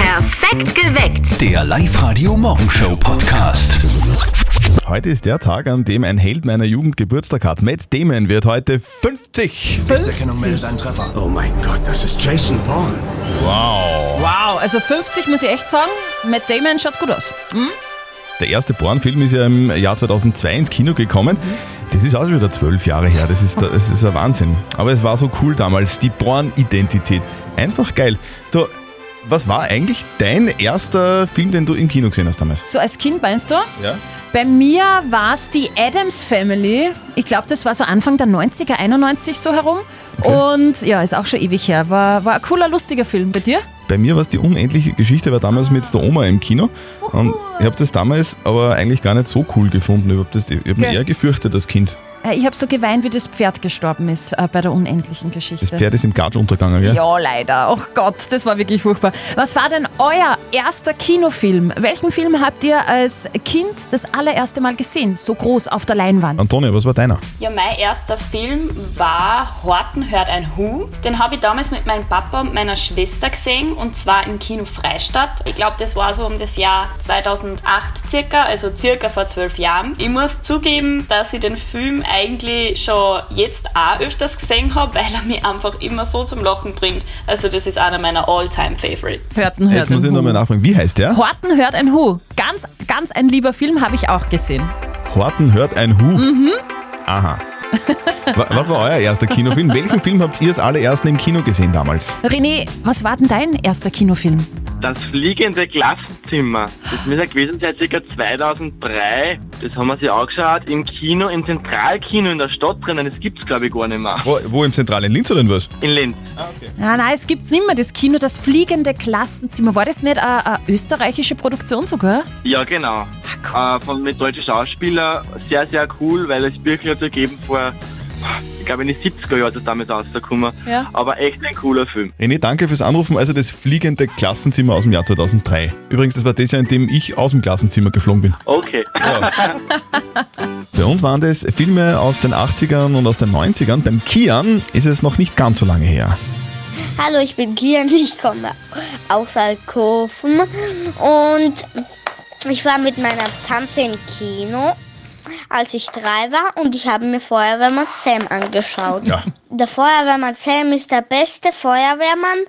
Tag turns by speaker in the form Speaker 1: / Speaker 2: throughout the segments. Speaker 1: Perfekt geweckt.
Speaker 2: Der Live-Radio Morgenshow Podcast.
Speaker 3: Heute ist der Tag, an dem ein Held meiner Jugend Geburtstag hat. Matt Damon wird heute 50.
Speaker 4: Selbsterkennung meldet einen Treffer.
Speaker 5: Oh mein Gott, das ist Jason Bourne.
Speaker 6: Wow, also 50 muss ich echt sagen, Matt Damon schaut gut aus.
Speaker 3: Der erste Born-Film ist ja im Jahr 2002 ins Kino gekommen. Das ist auch schon wieder zwölf Jahre her. Das ist, das ist ein Wahnsinn. Aber es war so cool damals, die Born-Identität. Einfach geil. Du, was war eigentlich dein erster Film, den du im Kino gesehen hast damals?
Speaker 6: So als Kind meinst du?
Speaker 3: Ja.
Speaker 6: Bei mir war es die Adams Family. Ich glaube, das war so Anfang der 90er, 91 so herum. Und ja, ist auch schon ewig her. War, war ein cooler, lustiger Film. Bei dir?
Speaker 3: Bei mir war es die unendliche Geschichte, war damals mit der Oma im Kino. Und ich habe das damals aber eigentlich gar nicht so cool gefunden. Ich habe das- ich hab mich
Speaker 6: Gell.
Speaker 3: eher gefürchtet als Kind.
Speaker 6: Äh, Ich habe so geweint, wie das Pferd gestorben ist äh, bei der unendlichen Geschichte.
Speaker 3: Das Pferd ist im Gatsch untergegangen, gell?
Speaker 6: Ja, leider. Oh Gott, das war wirklich furchtbar. Was war denn euer erster Kinofilm? Welchen Film habt ihr als Kind das allererste Mal gesehen? So groß auf der Leinwand.
Speaker 3: Antonia, was war deiner?
Speaker 7: Ja, mein erster Film war Horten hört ein Hu. Den habe ich damals mit meinem Papa und meiner Schwester gesehen und zwar im Kino Freistadt. Ich glaube, das war so um das Jahr 2008 circa, also circa vor zwölf Jahren. Ich muss zugeben, dass ich den Film eigentlich schon jetzt auch öfters gesehen habe, weil er mich einfach immer so zum Lachen bringt. Also das ist einer meiner All-Time-Favorites.
Speaker 6: Hörten hört
Speaker 3: Jetzt muss ich
Speaker 6: ein
Speaker 3: nochmal
Speaker 6: Hu.
Speaker 3: nachfragen. Wie heißt der?
Speaker 6: Horten hört ein Hu. Ganz, ganz ein lieber Film, habe ich auch gesehen.
Speaker 3: Horten hört ein Hu. Mhm. Aha. Wa- Was war euer erster Kinofilm? Welchen Film habt ihr als allerersten im Kino gesehen damals?
Speaker 6: René, was war denn dein erster Kinofilm?
Speaker 8: Das fliegende Glaszimmer. Das muss ja gewesen sein, circa 2003. Das haben wir sich angeschaut im Kino, im Zentralkino in der Stadt drinnen. Das gibt's, glaube ich, gar nicht mehr.
Speaker 3: Wo, wo im zentralen Linz oder in was?
Speaker 8: In Linz.
Speaker 6: Ah, nein, es gibt nicht mehr das Kino, das fliegende Klassenzimmer. War das nicht eine, eine österreichische Produktion sogar?
Speaker 8: Ja, genau.
Speaker 9: Ah,
Speaker 8: Äh, von mit deutschen Schauspielern. Sehr, sehr cool, weil es wirklich hat gegeben vor, ich glaube, in den 70er Jahren ist das damals rausgekommen.
Speaker 6: Ja.
Speaker 8: Aber echt ein cooler Film.
Speaker 3: René, danke fürs Anrufen. Also das fliegende Klassenzimmer aus dem Jahr 2003. Übrigens, das war das Jahr, in dem ich aus dem Klassenzimmer geflogen bin.
Speaker 8: Okay.
Speaker 3: Bei uns waren das Filme aus den 80ern und aus den 90ern. Beim Kian ist es noch nicht ganz so lange her.
Speaker 10: Hallo, ich bin Kian, ich komme aus Alkoven und ich war mit meiner Tante im Kino, als ich drei war und ich habe mir Feuerwehrmann Sam angeschaut.
Speaker 3: Ja.
Speaker 10: Der Feuerwehrmann Sam ist der beste Feuerwehrmann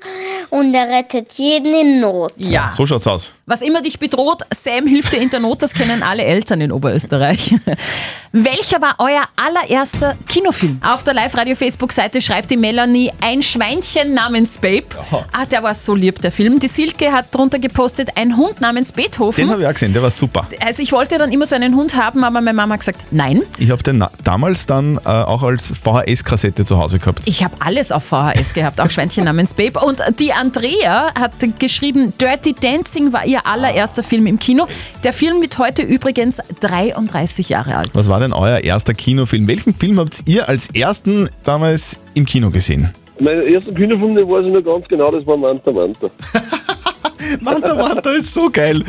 Speaker 10: und er rettet jeden in Not.
Speaker 6: Ja.
Speaker 3: So schaut's aus.
Speaker 6: Was immer dich bedroht, Sam hilft dir in der Not, das kennen alle Eltern in Oberösterreich. Welcher war euer allererster Kinofilm? Auf der Live-Radio-Facebook-Seite schreibt die Melanie ein Schweinchen namens Babe. Ah, der war so lieb, der Film. Die Silke hat drunter gepostet, ein Hund namens
Speaker 3: Den
Speaker 6: Beethoven.
Speaker 3: habe ich auch gesehen, der war super.
Speaker 6: Also ich wollte dann immer so einen Hund haben, aber meine Mama hat gesagt, nein.
Speaker 3: Ich habe den na- damals dann äh, auch als VHS-Kassette zu Hause gehabt.
Speaker 6: Ich habe alles auf VHS gehabt, auch Schweinchen namens Babe. Und die Andrea hat geschrieben, Dirty Dancing war ihr allererster Film im Kino. Der Film wird heute übrigens 33 Jahre alt.
Speaker 3: Was war denn euer erster Kinofilm? Welchen Film habt ihr als ersten damals im Kino gesehen?
Speaker 9: Mein erster Kinofilm, den weiß ich noch ganz genau, das war Manta Manta.
Speaker 3: Manta Manta ist so geil.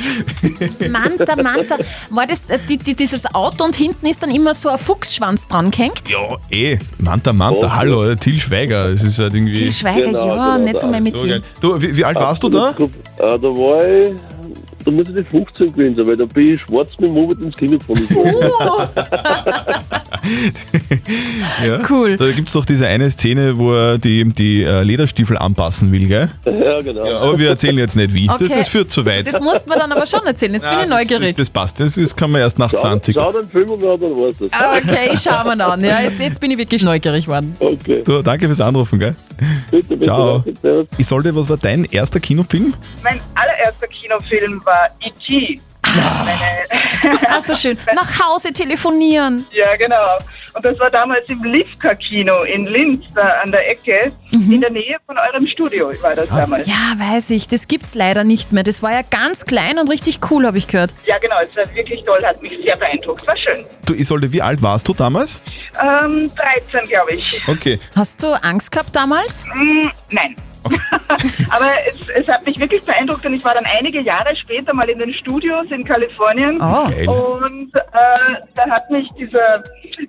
Speaker 6: Manta, Manta. War das äh, die, die, dieses Auto und hinten ist dann immer so ein Fuchsschwanz dran gehängt?
Speaker 3: Ja, eh. Manta Manta, hallo, äh, Till Schweiger. Es ist halt irgendwie.
Speaker 6: Til Schweiger,
Speaker 9: Genau,
Speaker 6: ja,
Speaker 9: genau,
Speaker 6: nicht so
Speaker 9: da.
Speaker 6: mein
Speaker 3: so geil.
Speaker 6: Metier.
Speaker 3: Du, wie, wie alt warst du da?
Speaker 9: Äh, da war ich, da muss ich die 15 gewesen sein, weil da bin ich schwarz mit dem Moped ins Kino gefahren.
Speaker 6: Uh,
Speaker 3: Ja.
Speaker 6: Cool.
Speaker 3: Da gibt es doch diese eine Szene, wo er die, die äh, Lederstiefel anpassen will, gell?
Speaker 9: ja, genau.
Speaker 3: Aber wir erzählen jetzt nicht wie.
Speaker 6: Okay.
Speaker 3: Das, das führt zu weit.
Speaker 6: Das muss man dann aber schon erzählen, jetzt bin
Speaker 3: Ja,
Speaker 6: ich
Speaker 3: das-
Speaker 6: neugierig.
Speaker 3: Das, das passt. Das, das kann man erst nach
Speaker 9: Schau-
Speaker 3: 20.
Speaker 9: Schau den Film und dann weißt du
Speaker 6: Okay, schauen wir an. Ja, jetzt, jetzt bin ich wirklich neugierig geworden.
Speaker 9: Okay,
Speaker 3: Du, danke fürs Anrufen, gell?
Speaker 9: bitte, bitte.
Speaker 3: Ciao.
Speaker 9: bitte.
Speaker 3: Ich sollte, was war dein erster Kinofilm?
Speaker 7: Mein allererster Kinofilm war E E.T.
Speaker 6: Ach Ah, so schön. Nach Hause telefonieren.
Speaker 7: Ja, genau. Und das war damals im Lifka-Kino in Linz, da an der Ecke, in der Nähe von eurem Studio war das damals.
Speaker 6: Ja, weiß ich. Das gibt's leider nicht mehr. Das war ja ganz klein und richtig cool, habe ich gehört.
Speaker 7: Ja, genau, es war wirklich toll, hat mich sehr beeindruckt, war schön.
Speaker 3: Du, ich sollte, wie alt warst du damals?
Speaker 7: Ähm, 13, glaube ich.
Speaker 3: Okay.
Speaker 6: Hast du Angst gehabt damals?
Speaker 7: Hm, nein. Aber es, es hat mich wirklich beeindruckt und ich war dann einige Jahre später mal in den Studios in Kalifornien.
Speaker 6: Oh.
Speaker 3: Geil.
Speaker 7: Und äh, da hat mich dieser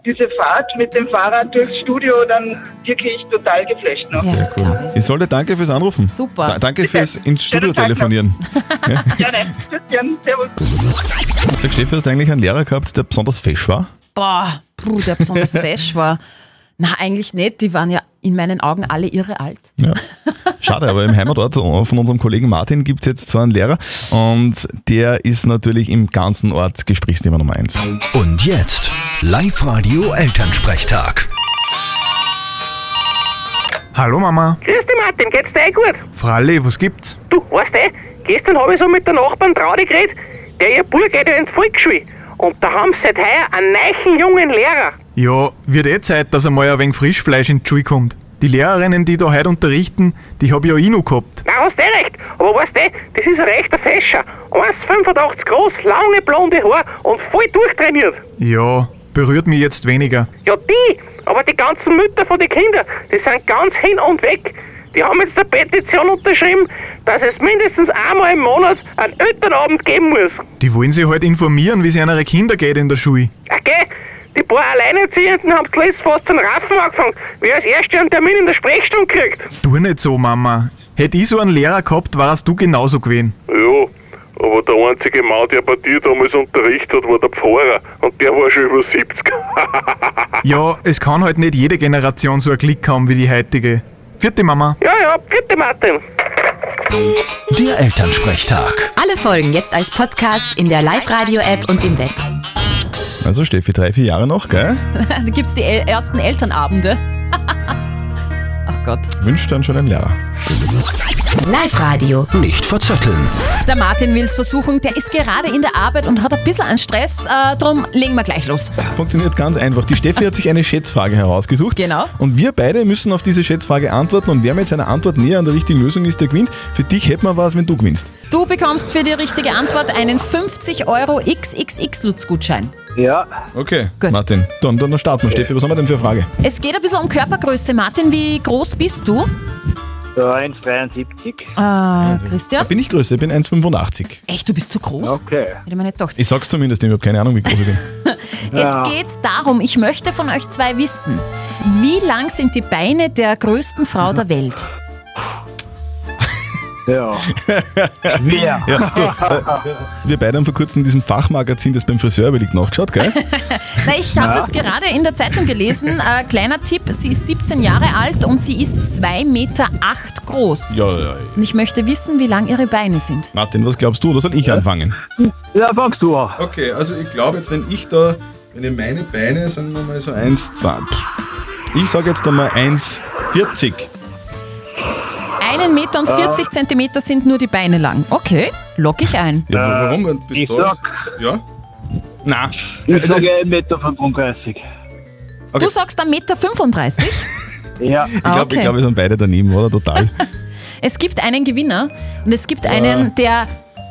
Speaker 1: diese Fahrt mit dem Fahrrad durchs Studio dann wirklich total geflasht
Speaker 7: ne?
Speaker 1: noch.
Speaker 6: Ja, das glaube ich.
Speaker 3: Ich sollte danke fürs Anrufen.
Speaker 6: Super.
Speaker 3: Da, danke fürs ins Studio
Speaker 1: Schönen Tag noch.
Speaker 3: telefonieren.
Speaker 1: Gerne. Tschüss, Jan. Servus.
Speaker 3: Sag Steffi, hast du eigentlich einen Lehrer gehabt, der besonders fesch war?
Speaker 6: Boah, puh, der besonders fesch war. Na, eigentlich nicht. Die waren ja in meinen Augen alle irre alt.
Speaker 3: Ja. Schade, aber im Heimatort äh, von unserem Kollegen Martin gibt es jetzt so einen Lehrer und der ist natürlich im ganzen Ort Gesprächsthema Nummer eins.
Speaker 2: Und jetzt Live-Radio Elternsprechtag.
Speaker 4: Hallo Mama.
Speaker 1: Grüß dich, Martin. Geht's dir eh gut?
Speaker 4: Fralli, was gibt's?
Speaker 1: Du, weißt du, gestern habe ich so mit der Nachbarn Traudi geredet, der ihr Bruder geht ja in die Volksschule. Und da haben sie seit heuer einen neuen jungen Lehrer.
Speaker 4: Ja, wird eh Zeit, dass einmal ein wenig Frischfleisch in die Schule kommt. Die Lehrerinnen, die da heute unterrichten, die hab ich ja eh noch gehabt.
Speaker 1: Na, hast du eh recht. Aber weißt du, das ist ein rechter Fäscher. 1,85 groß, lange blonde Haare und voll durchtrainiert.
Speaker 4: Ja, berührt mich jetzt weniger.
Speaker 1: Ja, die, aber die ganzen Mütter von den Kindern, die sind ganz hin und weg. Die haben jetzt eine Petition unterschrieben, dass es mindestens einmal im Monat einen Elternabend geben muss.
Speaker 4: Die wollen sich halt informieren, wie es ihrer Kinder geht in der Schule.
Speaker 1: Okay, die paar Alleinerziehenden haben zuletzt fast den Raffen angefangen, wer als Erster einen Termin in der Sprechstunde kriegt.
Speaker 4: Tu nicht so, Mama. Hätt ich so einen Lehrer gehabt, warst du genauso gewesen.
Speaker 9: Ja, aber der einzige Mann, der bei dir damals unterrichtet hat, war der Pfarrer. Und der war schon über 70.
Speaker 4: Ja, es kann halt nicht jede Generation so einen Klick haben wie die heutige. Vierte Mama.
Speaker 1: Ja, ja, bitte Martin.
Speaker 2: Der Elternsprechtag.
Speaker 11: Alle Folgen jetzt als Podcast in der Live-Radio-App und im Web.
Speaker 3: Also Steffi, drei, vier Jahre noch, gell?
Speaker 6: Da gibt es die El ersten Elternabende. Ach Gott.
Speaker 3: Wünscht dann schon einen Lehrer.
Speaker 11: Live-Radio.
Speaker 2: Nicht verzetteln.
Speaker 6: Der Martin will es versuchen. Der ist gerade in der Arbeit und hat ein bisschen an Stress. Äh, drum legen wir gleich los.
Speaker 3: Funktioniert ganz einfach. Die Steffi hat sich eine Schätzfrage herausgesucht.
Speaker 6: Genau.
Speaker 3: Und wir beide müssen auf diese Schätzfrage antworten. Und wer mit seiner Antwort näher an der richtigen Lösung ist, der gewinnt. Für dich hätten wir was, wenn du gewinnst.
Speaker 6: Du bekommst für die richtige Antwort einen 50 Euro XXX-Lutz-Gutschein.
Speaker 9: ja,
Speaker 3: Okay,
Speaker 6: Gut.
Speaker 3: Martin. Dann, dann starten wir. Steffi, was haben wir denn für eine Frage?
Speaker 6: Es geht ein bisschen um Körpergröße. Martin, wie groß bist du?
Speaker 9: da 1,73.
Speaker 6: Äh, Christian?
Speaker 3: Bin ich größer? Ich bin 1,85.
Speaker 6: Echt, du bist zu groß?
Speaker 9: Okay.
Speaker 6: Hätte man nicht gedacht.
Speaker 3: Ich sag's zumindest, ich habe keine Ahnung, wie groß ich bin.
Speaker 9: Ja.
Speaker 6: Es geht darum, ich möchte von euch zwei wissen, wie lang sind die Beine der größten Frau der Welt?
Speaker 9: Ja. Schwer.
Speaker 3: Ja, du, äh, wir beide haben vor kurzem in diesem Fachmagazin, das beim Friseur überlegt, nachgeschaut, gell?
Speaker 6: Na, ich habe das gerade in der Zeitung gelesen. Äh, kleiner Tipp, sie ist 17 Jahre alt und sie ist 2,8 Meter acht groß.
Speaker 3: Ja, ja, ja.
Speaker 6: Und ich möchte wissen, wie lang ihre Beine sind.
Speaker 3: Martin, was glaubst du? Oder soll ich anfangen?
Speaker 9: Ja, fangst du an.
Speaker 3: Okay, also ich glaube jetzt, wenn ich da, wenn ich meine Beine, sagen wir mal so 1,20. Ich sage jetzt einmal 1,40.
Speaker 6: 1,40 Meter
Speaker 3: Äh.
Speaker 6: und 40 Zentimeter sind nur die Beine lang. Okay, lock ich ein.
Speaker 3: Ja, warum? Bist
Speaker 9: Äh, ich
Speaker 3: du das? Ja? Na. Äh, das-
Speaker 9: 1,35 Meter.
Speaker 6: Du sagst 1,35 Meter. 35.
Speaker 9: Ja.
Speaker 3: Ich glaube,
Speaker 6: Ah, okay.
Speaker 3: glaub, wir sind beide daneben, oder? Total.
Speaker 6: Es gibt einen Gewinner und es gibt einen, der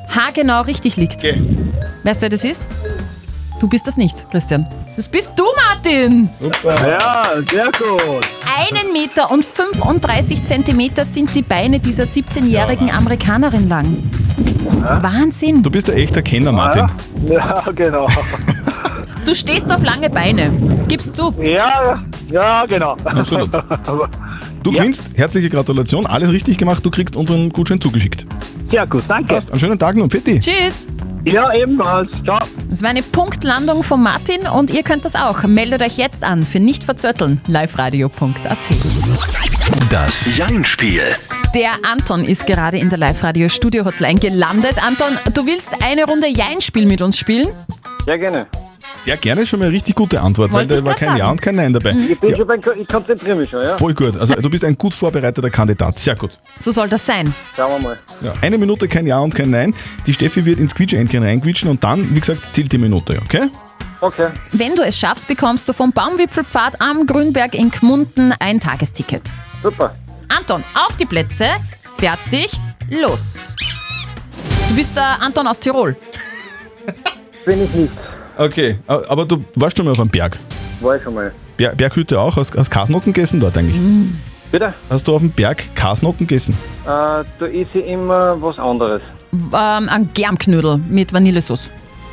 Speaker 6: haargenau richtig liegt.
Speaker 3: Äh. Okay.
Speaker 6: Weißt du, wer das ist? Du bist das nicht, Christian. Das bist du, Martin!
Speaker 9: Ja, sehr gut.
Speaker 6: Einen Meter und 35 Zentimeter sind die Beine dieser 17-jährigen Amerikanerin lang. Wahnsinn!
Speaker 3: Du bist ein echter Kenner, Martin.
Speaker 9: Ja, genau.
Speaker 6: Du stehst auf lange Beine. Gib's zu.
Speaker 9: Ja, ja, genau.
Speaker 3: Absolut. Du gewinnst. Herzliche Gratulation. Alles richtig gemacht. Du kriegst unseren Gutschein zugeschickt.
Speaker 9: Sehr gut, danke.
Speaker 3: Passt. Einen schönen Tag noch. Fetti.
Speaker 6: Tschüss!
Speaker 9: Ja, ebenfalls. Ciao.
Speaker 6: Das war eine Punktlandung von Martin und ihr könnt das auch. Meldet euch jetzt an für nicht verzötteln. liveradio.at
Speaker 2: Das Jein-Spiel.
Speaker 6: Der Anton ist gerade in der Live-Radio-Studio-Hotline gelandet. Anton, du willst eine Runde Jein-Spiel mit uns spielen?
Speaker 9: Ja, gerne.
Speaker 3: Sehr gerne schon mal eine richtig gute Antwort,
Speaker 6: Wollte
Speaker 3: weil
Speaker 6: ich
Speaker 3: da war
Speaker 6: grad
Speaker 3: kein
Speaker 6: sagen. Mhm.
Speaker 3: Ja und kein Nein dabei.
Speaker 9: Ich bin schon beim, Ko- ich konzentriere mich schon, ja?
Speaker 3: Voll gut. Also du bist ein gut vorbereiteter Kandidat. Sehr gut.
Speaker 6: So soll das sein.
Speaker 9: Schauen wir mal.
Speaker 3: Ja. Eine Minute kein Ja und kein Nein. Die Steffi wird ins Quietscheentchen reinquietschen und dann, wie gesagt, zählt die Minute, okay?
Speaker 9: Okay.
Speaker 6: Wenn du es schaffst, bekommst du vom Baumwipfelpfad am Grünberg in Gmunden ein Tagesticket.
Speaker 9: Super.
Speaker 6: Anton, auf die Plätze, fertig, los. Du bist der Anton aus Tirol.
Speaker 9: Bin ich nicht.
Speaker 3: Okay, a- aber du warst schon mal auf einem Berg.
Speaker 9: War ich schon mal.
Speaker 3: Ber Berghütte auch, hast, hast Kasnocken gegessen dort eigentlich?
Speaker 6: Mhm.
Speaker 9: Bitte?
Speaker 3: Hast du auf dem Berg Kasnocken gegessen?
Speaker 9: Äh, da ist ich immer was anderes.
Speaker 6: Ähm, ein Germknödel mit Vanillesauce.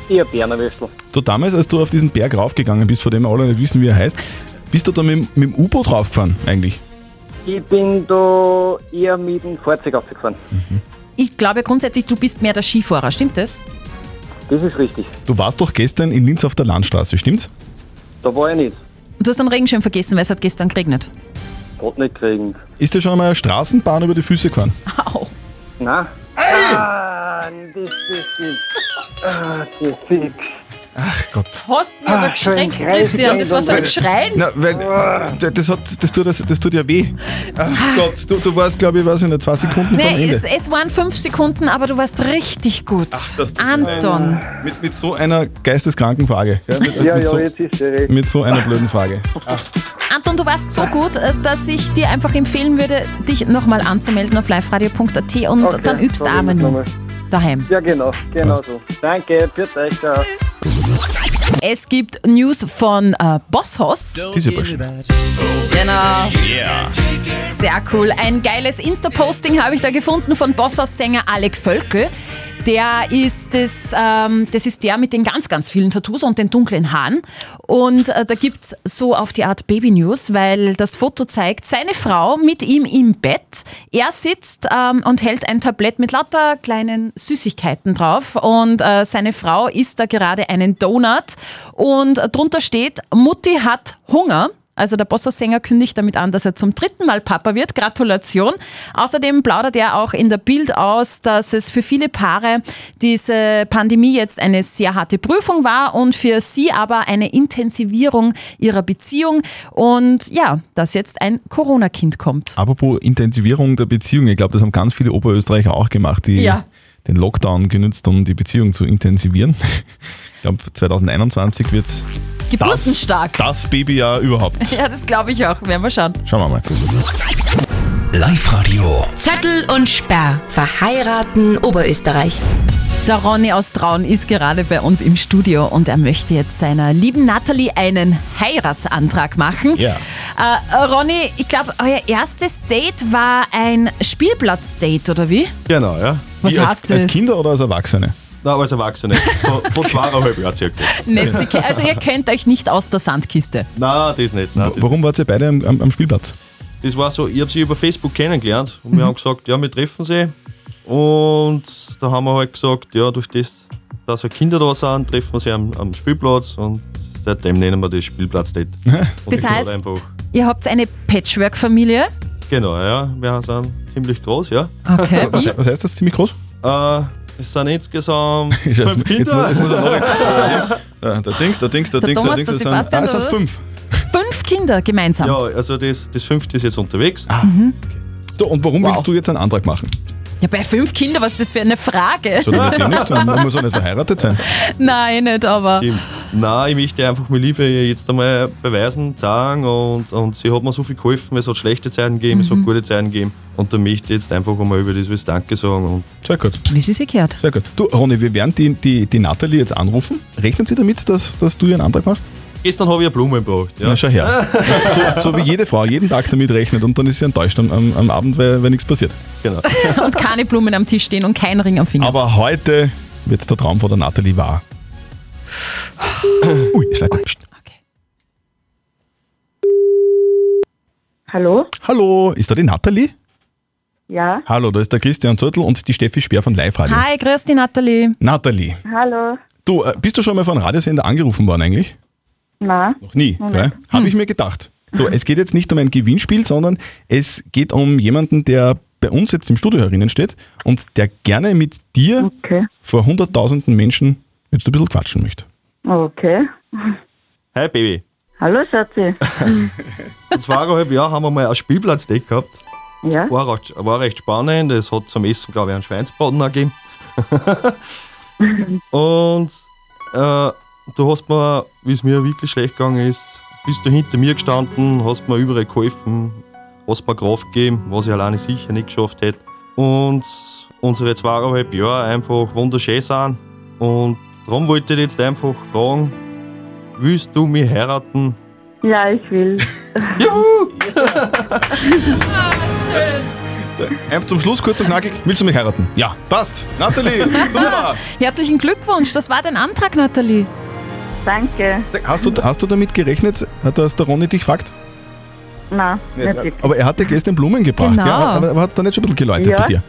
Speaker 12: Ihr Berner Würstel.
Speaker 3: Du damals, als du auf diesen Berg raufgegangen bist, von dem wir alle nicht wissen, wie er heißt, bist du da mit, dem- mit dem U-Boot raufgefahren eigentlich?
Speaker 12: Ich bin da eher mit dem Fahrzeug aufgefahren.
Speaker 6: Ich glaube grundsätzlich, du bist mehr der Skifahrer, stimmt das?
Speaker 12: Das ist richtig.
Speaker 3: Du warst doch gestern in Linz auf der Landstraße, stimmt's?
Speaker 12: Da war ich nicht.
Speaker 6: Du hast einen Regenschirm vergessen, weil es hat gestern geregnet.
Speaker 12: Hat nicht kriegen.
Speaker 3: Ist dir schon einmal eine Straßenbahn über die Füße gefahren?
Speaker 12: Nein. Ah, das, das, das. Ah, das Fick.
Speaker 3: Ach Gott.
Speaker 6: Hast mich aber geschreckt, Christian. Das war so ein Schreien.
Speaker 3: Na, weil, d- das, hat, das, tut, das, das tut ja weh. Ach Gott, du, du warst, glaube ich, weiß ich nicht, zwei Sekunden vom
Speaker 6: Nee,
Speaker 3: Ende.
Speaker 6: es, es waren fünf Sekunden, aber du warst richtig gut.
Speaker 3: Ach, das tut mir leid.
Speaker 6: Anton.
Speaker 3: Mit, mit so einer geisteskranken Frage. Ja, mit,
Speaker 12: Ja,
Speaker 3: mit
Speaker 12: ja,
Speaker 3: so,
Speaker 12: jetzt ist der recht.
Speaker 3: Mit so einer blöden Frage.
Speaker 6: Anton, du warst so gut, äh, dass ich dir einfach empfehlen würde, dich nochmal anzumelden auf liveradio.at und
Speaker 12: Okay,
Speaker 6: dann übst du
Speaker 12: probieren
Speaker 6: Armen
Speaker 12: wir's
Speaker 6: nur. Daheim.
Speaker 12: Ja, genau, genau so. Danke, für euch. Ciao.
Speaker 6: Es gibt News von äh, Bosshaus.
Speaker 3: Diese Burschen.
Speaker 6: Genau.
Speaker 3: Yeah.
Speaker 6: Sehr cool. Ein geiles Insta-Posting habe ich da gefunden von Bosshaus-Sänger Alec Völkel. Der ist das, ähm, das ist der mit den ganz, ganz vielen Tattoos und den dunklen Haaren. Und äh, da gibt es so auf die Art Baby-News, weil das Foto zeigt seine Frau mit ihm im Bett. Er sitzt ähm, und hält ein Tablett mit lauter kleinen Süßigkeiten drauf. Und äh, seine Frau isst da gerade einen Donut. Und äh, drunter steht, Mutti hat Hunger. Also der Bossa-Sänger kündigt damit an, dass er zum dritten Mal Papa wird. Gratulation. Außerdem plaudert er auch in der Bild aus, dass es für viele Paare diese Pandemie jetzt eine sehr harte Prüfung war und für sie aber eine Intensivierung ihrer Beziehung. Und ja, dass jetzt ein Corona-Kind kommt.
Speaker 3: Apropos Intensivierung der Beziehung. Ich glaube, das haben ganz viele Oberösterreicher auch gemacht, die
Speaker 6: Ja.
Speaker 3: den Lockdown genützt, um die Beziehung zu intensivieren. Ich glaube, 2021 wird
Speaker 6: Geburtenstark.
Speaker 3: das Babyjahr überhaupt.
Speaker 6: Ja, das glaube ich auch. Werden wir schauen.
Speaker 3: Schauen wir mal.
Speaker 2: Live-Radio.
Speaker 11: Zettel und Sperr. Verheiraten Oberösterreich.
Speaker 6: Der Ronny aus Traun ist gerade bei uns im Studio und er möchte jetzt seiner lieben Natalie einen Heiratsantrag machen.
Speaker 3: Ja.
Speaker 6: Äh, Ronny, ich glaube, euer erstes Date war ein Spielplatz-Date, oder wie?
Speaker 13: Genau, ja.
Speaker 6: Was
Speaker 3: Wie
Speaker 6: heißt
Speaker 3: als, als
Speaker 6: das?
Speaker 3: Kinder oder als Erwachsene?
Speaker 13: Nein, als Erwachsene. Vor, vor zweieinhalb Jahren circa.
Speaker 6: Nicht, sie- also ihr kennt euch nicht aus der Sandkiste.
Speaker 13: Nein, das nicht. Nein, das
Speaker 3: Warum wart ihr beide am, am, am Spielplatz?
Speaker 13: das war so, ich habe sie über Facebook kennengelernt und
Speaker 9: Mhm.
Speaker 13: wir haben gesagt, ja, wir treffen sie. Und da haben wir halt gesagt, ja, durch das, dass wir Kinder da sind, treffen wir sie am, am Spielplatz und seitdem nennen wir das Spielplatz-Date. Und
Speaker 6: Das
Speaker 13: ich war
Speaker 6: heißt-
Speaker 13: Einfach.
Speaker 6: Ihr habt eine Patchwork-Familie.
Speaker 13: Genau, ja, wir sind ziemlich groß, ja.
Speaker 6: Okay.
Speaker 3: Was, was heißt das? Ziemlich groß?
Speaker 13: Äh, es sind insgesamt
Speaker 3: Jetzt, jetzt,
Speaker 13: fünf
Speaker 3: muss, jetzt
Speaker 13: Kinder.
Speaker 3: muss er noch. Da, da Dings, da Dings, da
Speaker 6: Der
Speaker 3: Dings, da
Speaker 6: Thomas,
Speaker 3: Dings.
Speaker 6: der
Speaker 3: das sind-
Speaker 6: Sebastian,
Speaker 3: ah, es
Speaker 6: der-
Speaker 3: sind fünf.
Speaker 6: Fünf Kinder gemeinsam.
Speaker 13: Ja, also das, das fünfte ist jetzt unterwegs.
Speaker 3: Du, und warum willst du jetzt einen Antrag machen?
Speaker 6: Ja, bei fünf Kindern, was ist das für eine Frage?
Speaker 3: Soll ich mit dem nicht sein? Man muss auch nicht verheiratet sein.
Speaker 6: Nein, nicht, aber.
Speaker 13: Stimmt. Nein, ich möchte einfach meine Liebe jetzt einmal beweisen, zeigen und, und sie hat mir so viel geholfen. Es hat schlechte Zeiten gegeben, es hat gute Zeiten gegeben und da möchte ich jetzt einfach einmal über das was Danke sagen. Und
Speaker 3: Sehr gut.
Speaker 6: Wie sie sich gehört.
Speaker 3: Sehr gut. Du, Ronny, wir werden die, die, die Nathalie jetzt anrufen. Rechnet sie damit, dass, dass du ihren Antrag machst?
Speaker 13: gestern habe ich ja Blumen gebracht. Ja.
Speaker 3: Na, schau her. so, so wie jede Frau jeden Tag damit rechnet und dann ist sie enttäuscht am, am, am Abend, weil, weil nichts passiert.
Speaker 13: Genau.
Speaker 6: Und keine Blumen am Tisch stehen und kein Ring am Finger.
Speaker 3: Aber heute wird der Traum von der Nathalie wahr. Ui, es leitet. Psst.
Speaker 14: Hallo?
Speaker 3: Hallo, ist da die Nathalie?
Speaker 14: Ja?
Speaker 3: Hallo, da ist der Christian Zürtel und die Steffi Speer von Live Radio.
Speaker 6: Hi, grüß dich, Nathalie.
Speaker 3: Nathalie,
Speaker 14: Hallo?
Speaker 3: du, äh, bist du schon mal von einem Radiosender angerufen worden eigentlich?
Speaker 14: Na?
Speaker 3: Noch nie, gell? Habe ich mir gedacht. Du, es geht jetzt nicht um ein Gewinnspiel, sondern es geht um jemanden, der bei uns jetzt im Studio herinnen steht und der gerne mit dir vor hunderttausenden Menschen jetzt ein bisschen quatschen möchte.
Speaker 14: Okay.
Speaker 13: Hi Baby.
Speaker 14: Hallo, Schatzi.
Speaker 13: Und zweieinhalb Jahre haben wir mal ein Spielplatzdate gehabt.
Speaker 14: Ja?
Speaker 13: War recht, war recht spannend. Es hat zum Essen, glaube ich, einen Schweinsbraten auch gegeben. Und äh, du hast mir, wie es mir wirklich schlecht gegangen ist, bist du hinter mir gestanden, hast mir überall geholfen, hast mir Kraft gegeben, was ich alleine sicher nicht geschafft hätte. Und unsere zweieinhalb Jahre einfach wunderschön sind. Und darum wollte ich dich jetzt einfach fragen, willst du mich heiraten?
Speaker 14: Ja, ich will.
Speaker 13: Juhu!
Speaker 6: Ah, schön.
Speaker 3: Einfach zum Schluss, kurz und knackig. Willst du mich heiraten? Ja, passt. Nathalie, super.
Speaker 6: Herzlichen Glückwunsch, das war dein Antrag, Nathalie.
Speaker 14: Danke.
Speaker 3: Hast du, hast du damit gerechnet, äh, dass der Ronny dich fragt?
Speaker 14: Nein, nicht
Speaker 3: Nicht, aber er hatte gestern Blumen gebracht,
Speaker 14: Genau.
Speaker 3: gell? aber, aber hat da nicht schon ein bisschen geläutet
Speaker 14: Ja.
Speaker 3: bei dir?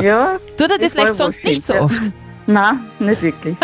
Speaker 14: Ja.
Speaker 6: Tut er das
Speaker 14: ich
Speaker 6: vielleicht
Speaker 14: war
Speaker 6: sonst nicht so
Speaker 14: überrascht.
Speaker 6: oft?
Speaker 14: Nein, nicht wirklich.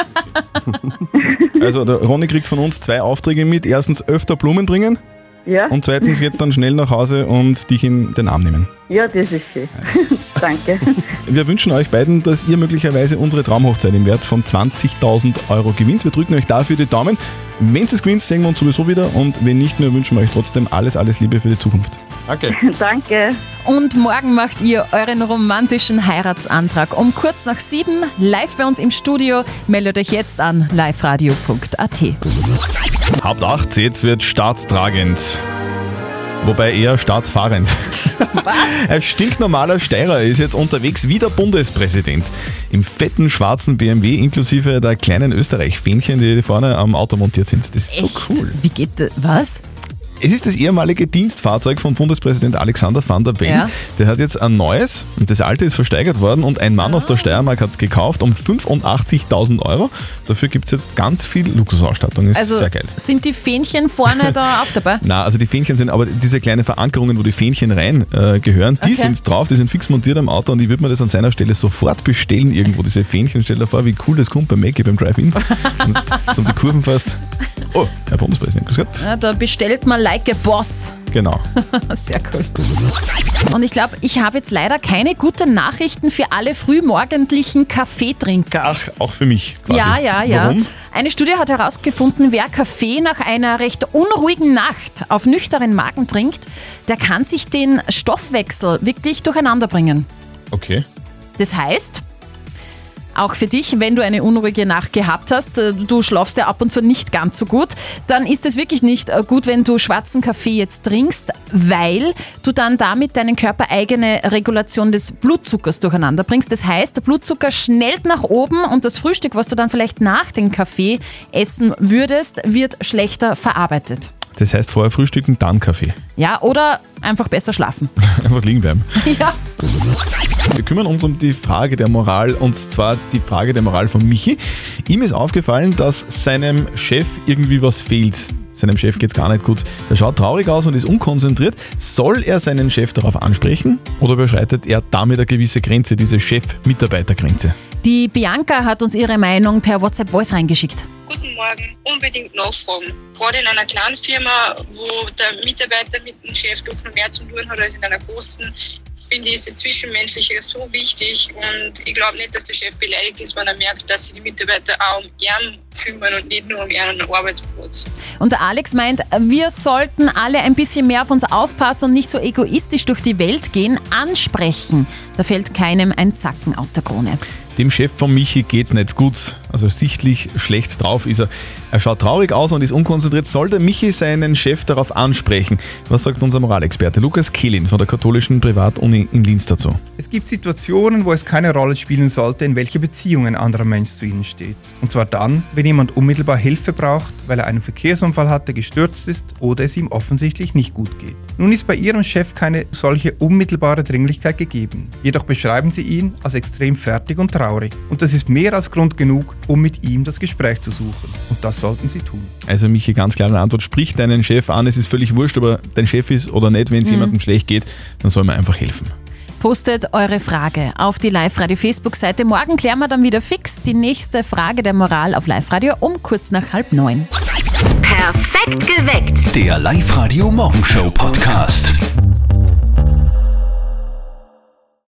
Speaker 3: Also der Ronny kriegt von uns zwei Aufträge mit. Erstens öfter Blumen bringen
Speaker 14: Ja,
Speaker 3: und zweitens jetzt dann schnell nach Hause und dich in den Arm nehmen.
Speaker 14: ja das ist schön. Danke.
Speaker 3: Wir wünschen euch beiden, dass ihr möglicherweise unsere Traumhochzeit im Wert von 20.000 Euro gewinnt. Wir drücken euch dafür die Daumen. Wenn es gewinnt, sehen wir uns sowieso wieder und wenn nicht, wir wünschen euch trotzdem alles, alles Liebe für die Zukunft.
Speaker 13: Danke.
Speaker 6: Danke. Und morgen macht ihr euren romantischen Heiratsantrag um kurz nach sieben live bei uns im Studio. Meldet euch jetzt an liveradio.at.
Speaker 3: Habt acht, jetzt wird staatstragend. Wobei eher staatsfahrend. Was? Ein stinknormaler Steirer ist jetzt unterwegs wie der Bundespräsident. Im fetten schwarzen BMW inklusive der kleinen Österreich-Fähnchen, die vorne am Auto montiert sind. Das ist so cool.
Speaker 6: Wie geht das? Was?
Speaker 3: Es ist das ehemalige Dienstfahrzeug von Bundespräsident Alexander van der Bellen.
Speaker 6: Ja.
Speaker 3: Der hat jetzt ein neues und das alte ist versteigert worden und ein Mann aus
Speaker 6: Ah.
Speaker 3: der Steiermark hat es gekauft um 85.000 Euro. Dafür gibt es jetzt ganz viel Luxusausstattung. Ist
Speaker 6: also
Speaker 3: sehr geil.
Speaker 6: sind die Fähnchen vorne da auch dabei?
Speaker 3: Na, also die Fähnchen sind, aber diese kleinen Verankerungen, wo die Fähnchen rein äh, gehören, die
Speaker 6: Okay.
Speaker 3: sind drauf, die sind fix montiert am Auto und ich würde mir das an seiner Stelle sofort bestellen irgendwo, diese Fähnchen. Stell dir vor, wie cool das kommt beim Make-up, beim Drive-In. Und so um die Kurven fast. Oh, Herr Bundespräsident, grüß Gott.
Speaker 6: Ja, da bestellt man like a boss.
Speaker 3: Genau.
Speaker 6: Sehr cool. Und ich glaube, ich habe jetzt leider keine guten Nachrichten für alle frühmorgendlichen Kaffeetrinker.
Speaker 3: Ach, auch für mich quasi.
Speaker 6: Ja, ja, ja.
Speaker 3: Warum?
Speaker 6: Eine Studie hat herausgefunden, wer Kaffee nach einer recht unruhigen Nacht auf nüchternen Magen trinkt, der kann sich den Stoffwechsel wirklich durcheinander bringen.
Speaker 3: Okay.
Speaker 6: Das heißt, auch für dich, wenn du eine unruhige Nacht gehabt hast, äh, du schlafst ja ab und zu nicht ganz so gut, dann ist es wirklich nicht äh, gut, wenn du schwarzen Kaffee jetzt trinkst, weil du dann damit deinen körpereigene Regulation des Blutzuckers durcheinander bringst. Das heißt, der Blutzucker schnellt nach oben und das Frühstück, was du dann vielleicht nach dem Kaffee essen würdest, wird schlechter verarbeitet.
Speaker 3: Das heißt, vorher frühstücken, dann Kaffee.
Speaker 6: Ja, oder einfach besser schlafen.
Speaker 3: Einfach liegen bleiben.
Speaker 6: ja.
Speaker 3: Wir kümmern uns um die Frage der Moral und zwar die Frage der Moral von Michi. Ihm ist aufgefallen, dass seinem Chef irgendwie was fehlt. Seinem Chef geht's gar nicht gut. Der schaut traurig aus und ist unkonzentriert. Soll er seinen Chef darauf ansprechen oder überschreitet er damit eine gewisse Grenze, diese Chef-Mitarbeiter-Grenze?
Speaker 6: Die Bianca hat uns ihre Meinung per WhatsApp-Voice reingeschickt.
Speaker 15: guten Morgen unbedingt nachfragen. Gerade in einer kleinen Firma, wo der Mitarbeiter mit dem Chef doch noch mehr zu tun hat als in einer großen, finde ich, ist das Zwischenmenschliche so wichtig. Und ich glaube nicht, dass der Chef beleidigt ist, wenn er merkt, dass sich die Mitarbeiter auch um ihn kümmern und nicht nur um ihren Arbeitsplatz.
Speaker 6: Und der Alex meint, wir sollten alle ein bisschen mehr auf uns aufpassen und nicht so egoistisch durch die Welt gehen, ansprechen. Da fällt keinem ein Zacken aus der Krone.
Speaker 3: Dem Chef von Michi geht's nicht gut. Also sichtlich schlecht drauf ist er. Er schaut traurig aus und ist unkonzentriert. Soll der Michi seinen Chef darauf ansprechen? Was sagt unser Moralexperte Lukas Kehlin von der katholischen Privatuni in Linz dazu?
Speaker 16: Es gibt Situationen, wo es keine Rolle spielen sollte, in welche Beziehung ein anderer Mensch zu ihnen steht. Und zwar dann, wenn jemand unmittelbar Hilfe braucht, weil er einen Verkehrsunfall hatte, gestürzt ist oder es ihm offensichtlich nicht gut geht. Nun ist bei ihrem Chef keine solche unmittelbare Dringlichkeit gegeben. Jedoch beschreiben sie ihn als extrem fertig und traurig. Und das ist mehr als Grund genug, um mit ihm das Gespräch zu suchen. Und das sollten sie tun.
Speaker 3: Also Michi, ganz klare Antwort. Sprich deinen Chef an. Es ist völlig wurscht, ob er dein Chef ist oder nicht. Wenn es
Speaker 6: Mhm.
Speaker 3: jemandem schlecht geht, dann soll man einfach helfen.
Speaker 6: Postet eure Frage auf die Live-Radio-Facebook-Seite. Morgen klären wir dann wieder fix die nächste Frage der Moral auf Live-Radio um kurz nach halb neun.
Speaker 11: Perfekt geweckt.
Speaker 2: Der Live-Radio Morgenshow Podcast.